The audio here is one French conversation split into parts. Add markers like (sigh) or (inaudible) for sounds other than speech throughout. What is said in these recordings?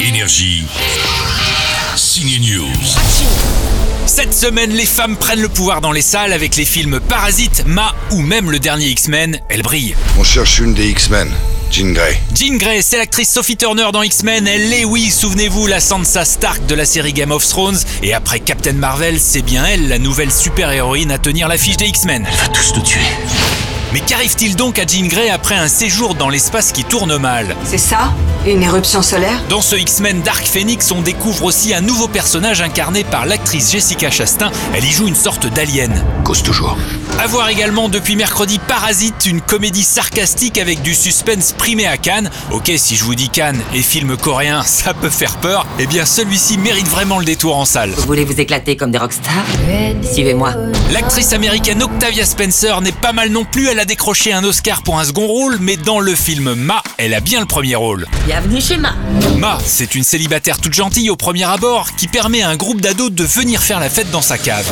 Énergie. Signe News. Cette semaine, les femmes prennent le pouvoir dans les salles avec les films Parasite, Ma ou même le dernier X-Men, elles brillent. On cherche une des X-Men, Jean Grey. Jean Grey, c'est l'actrice Sophie Turner dans X-Men, elle est oui, souvenez-vous, la Sansa Stark de la série Game of Thrones, et après Captain Marvel, c'est bien elle, la nouvelle super-héroïne à tenir l'affiche des X-Men. Va tous nous tuer. Mais qu'arrive-t-il donc à Jean Grey après un séjour dans l'espace qui tourne mal C'est ça Une éruption solaire Dans ce X-Men Dark Phoenix, on découvre aussi un nouveau personnage incarné par l'actrice Jessica Chastain. Elle y joue une sorte d'alien. Cause toujours. À voir également depuis mercredi Parasite, une comédie sarcastique avec du suspense primé à Cannes. Ok, si je vous dis Cannes et film coréen, (laughs) ça peut faire peur. Eh bien, celui-ci mérite vraiment le détour en salle. Vous voulez vous éclater comme des rockstars Suivez-moi. L'actrice américaine Octavia Spencer n'est pas mal non plus. Elle a décroché un Oscar pour un second rôle, mais dans le film Ma, elle a bien le premier rôle. Bienvenue chez Ma. Ma, c'est une célibataire toute gentille au premier abord qui permet à un groupe d'ados de venir faire la fête dans sa cave.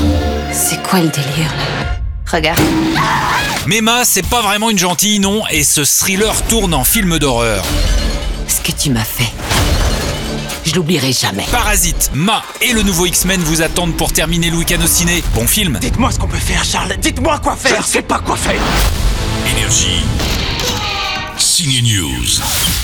C'est quoi le délire là Regarde. Mais Ma, c'est pas vraiment une gentille, non, et ce thriller tourne en film d'horreur. Ce que tu m'as fait, je l'oublierai jamais. Parasite, Ma et le nouveau X-Men vous attendent pour terminer le week-end au ciné. Bon film Dites-moi ce qu'on peut faire, Charles. Dites-moi quoi faire. Je ne sais pas quoi faire. Énergie. Signe News.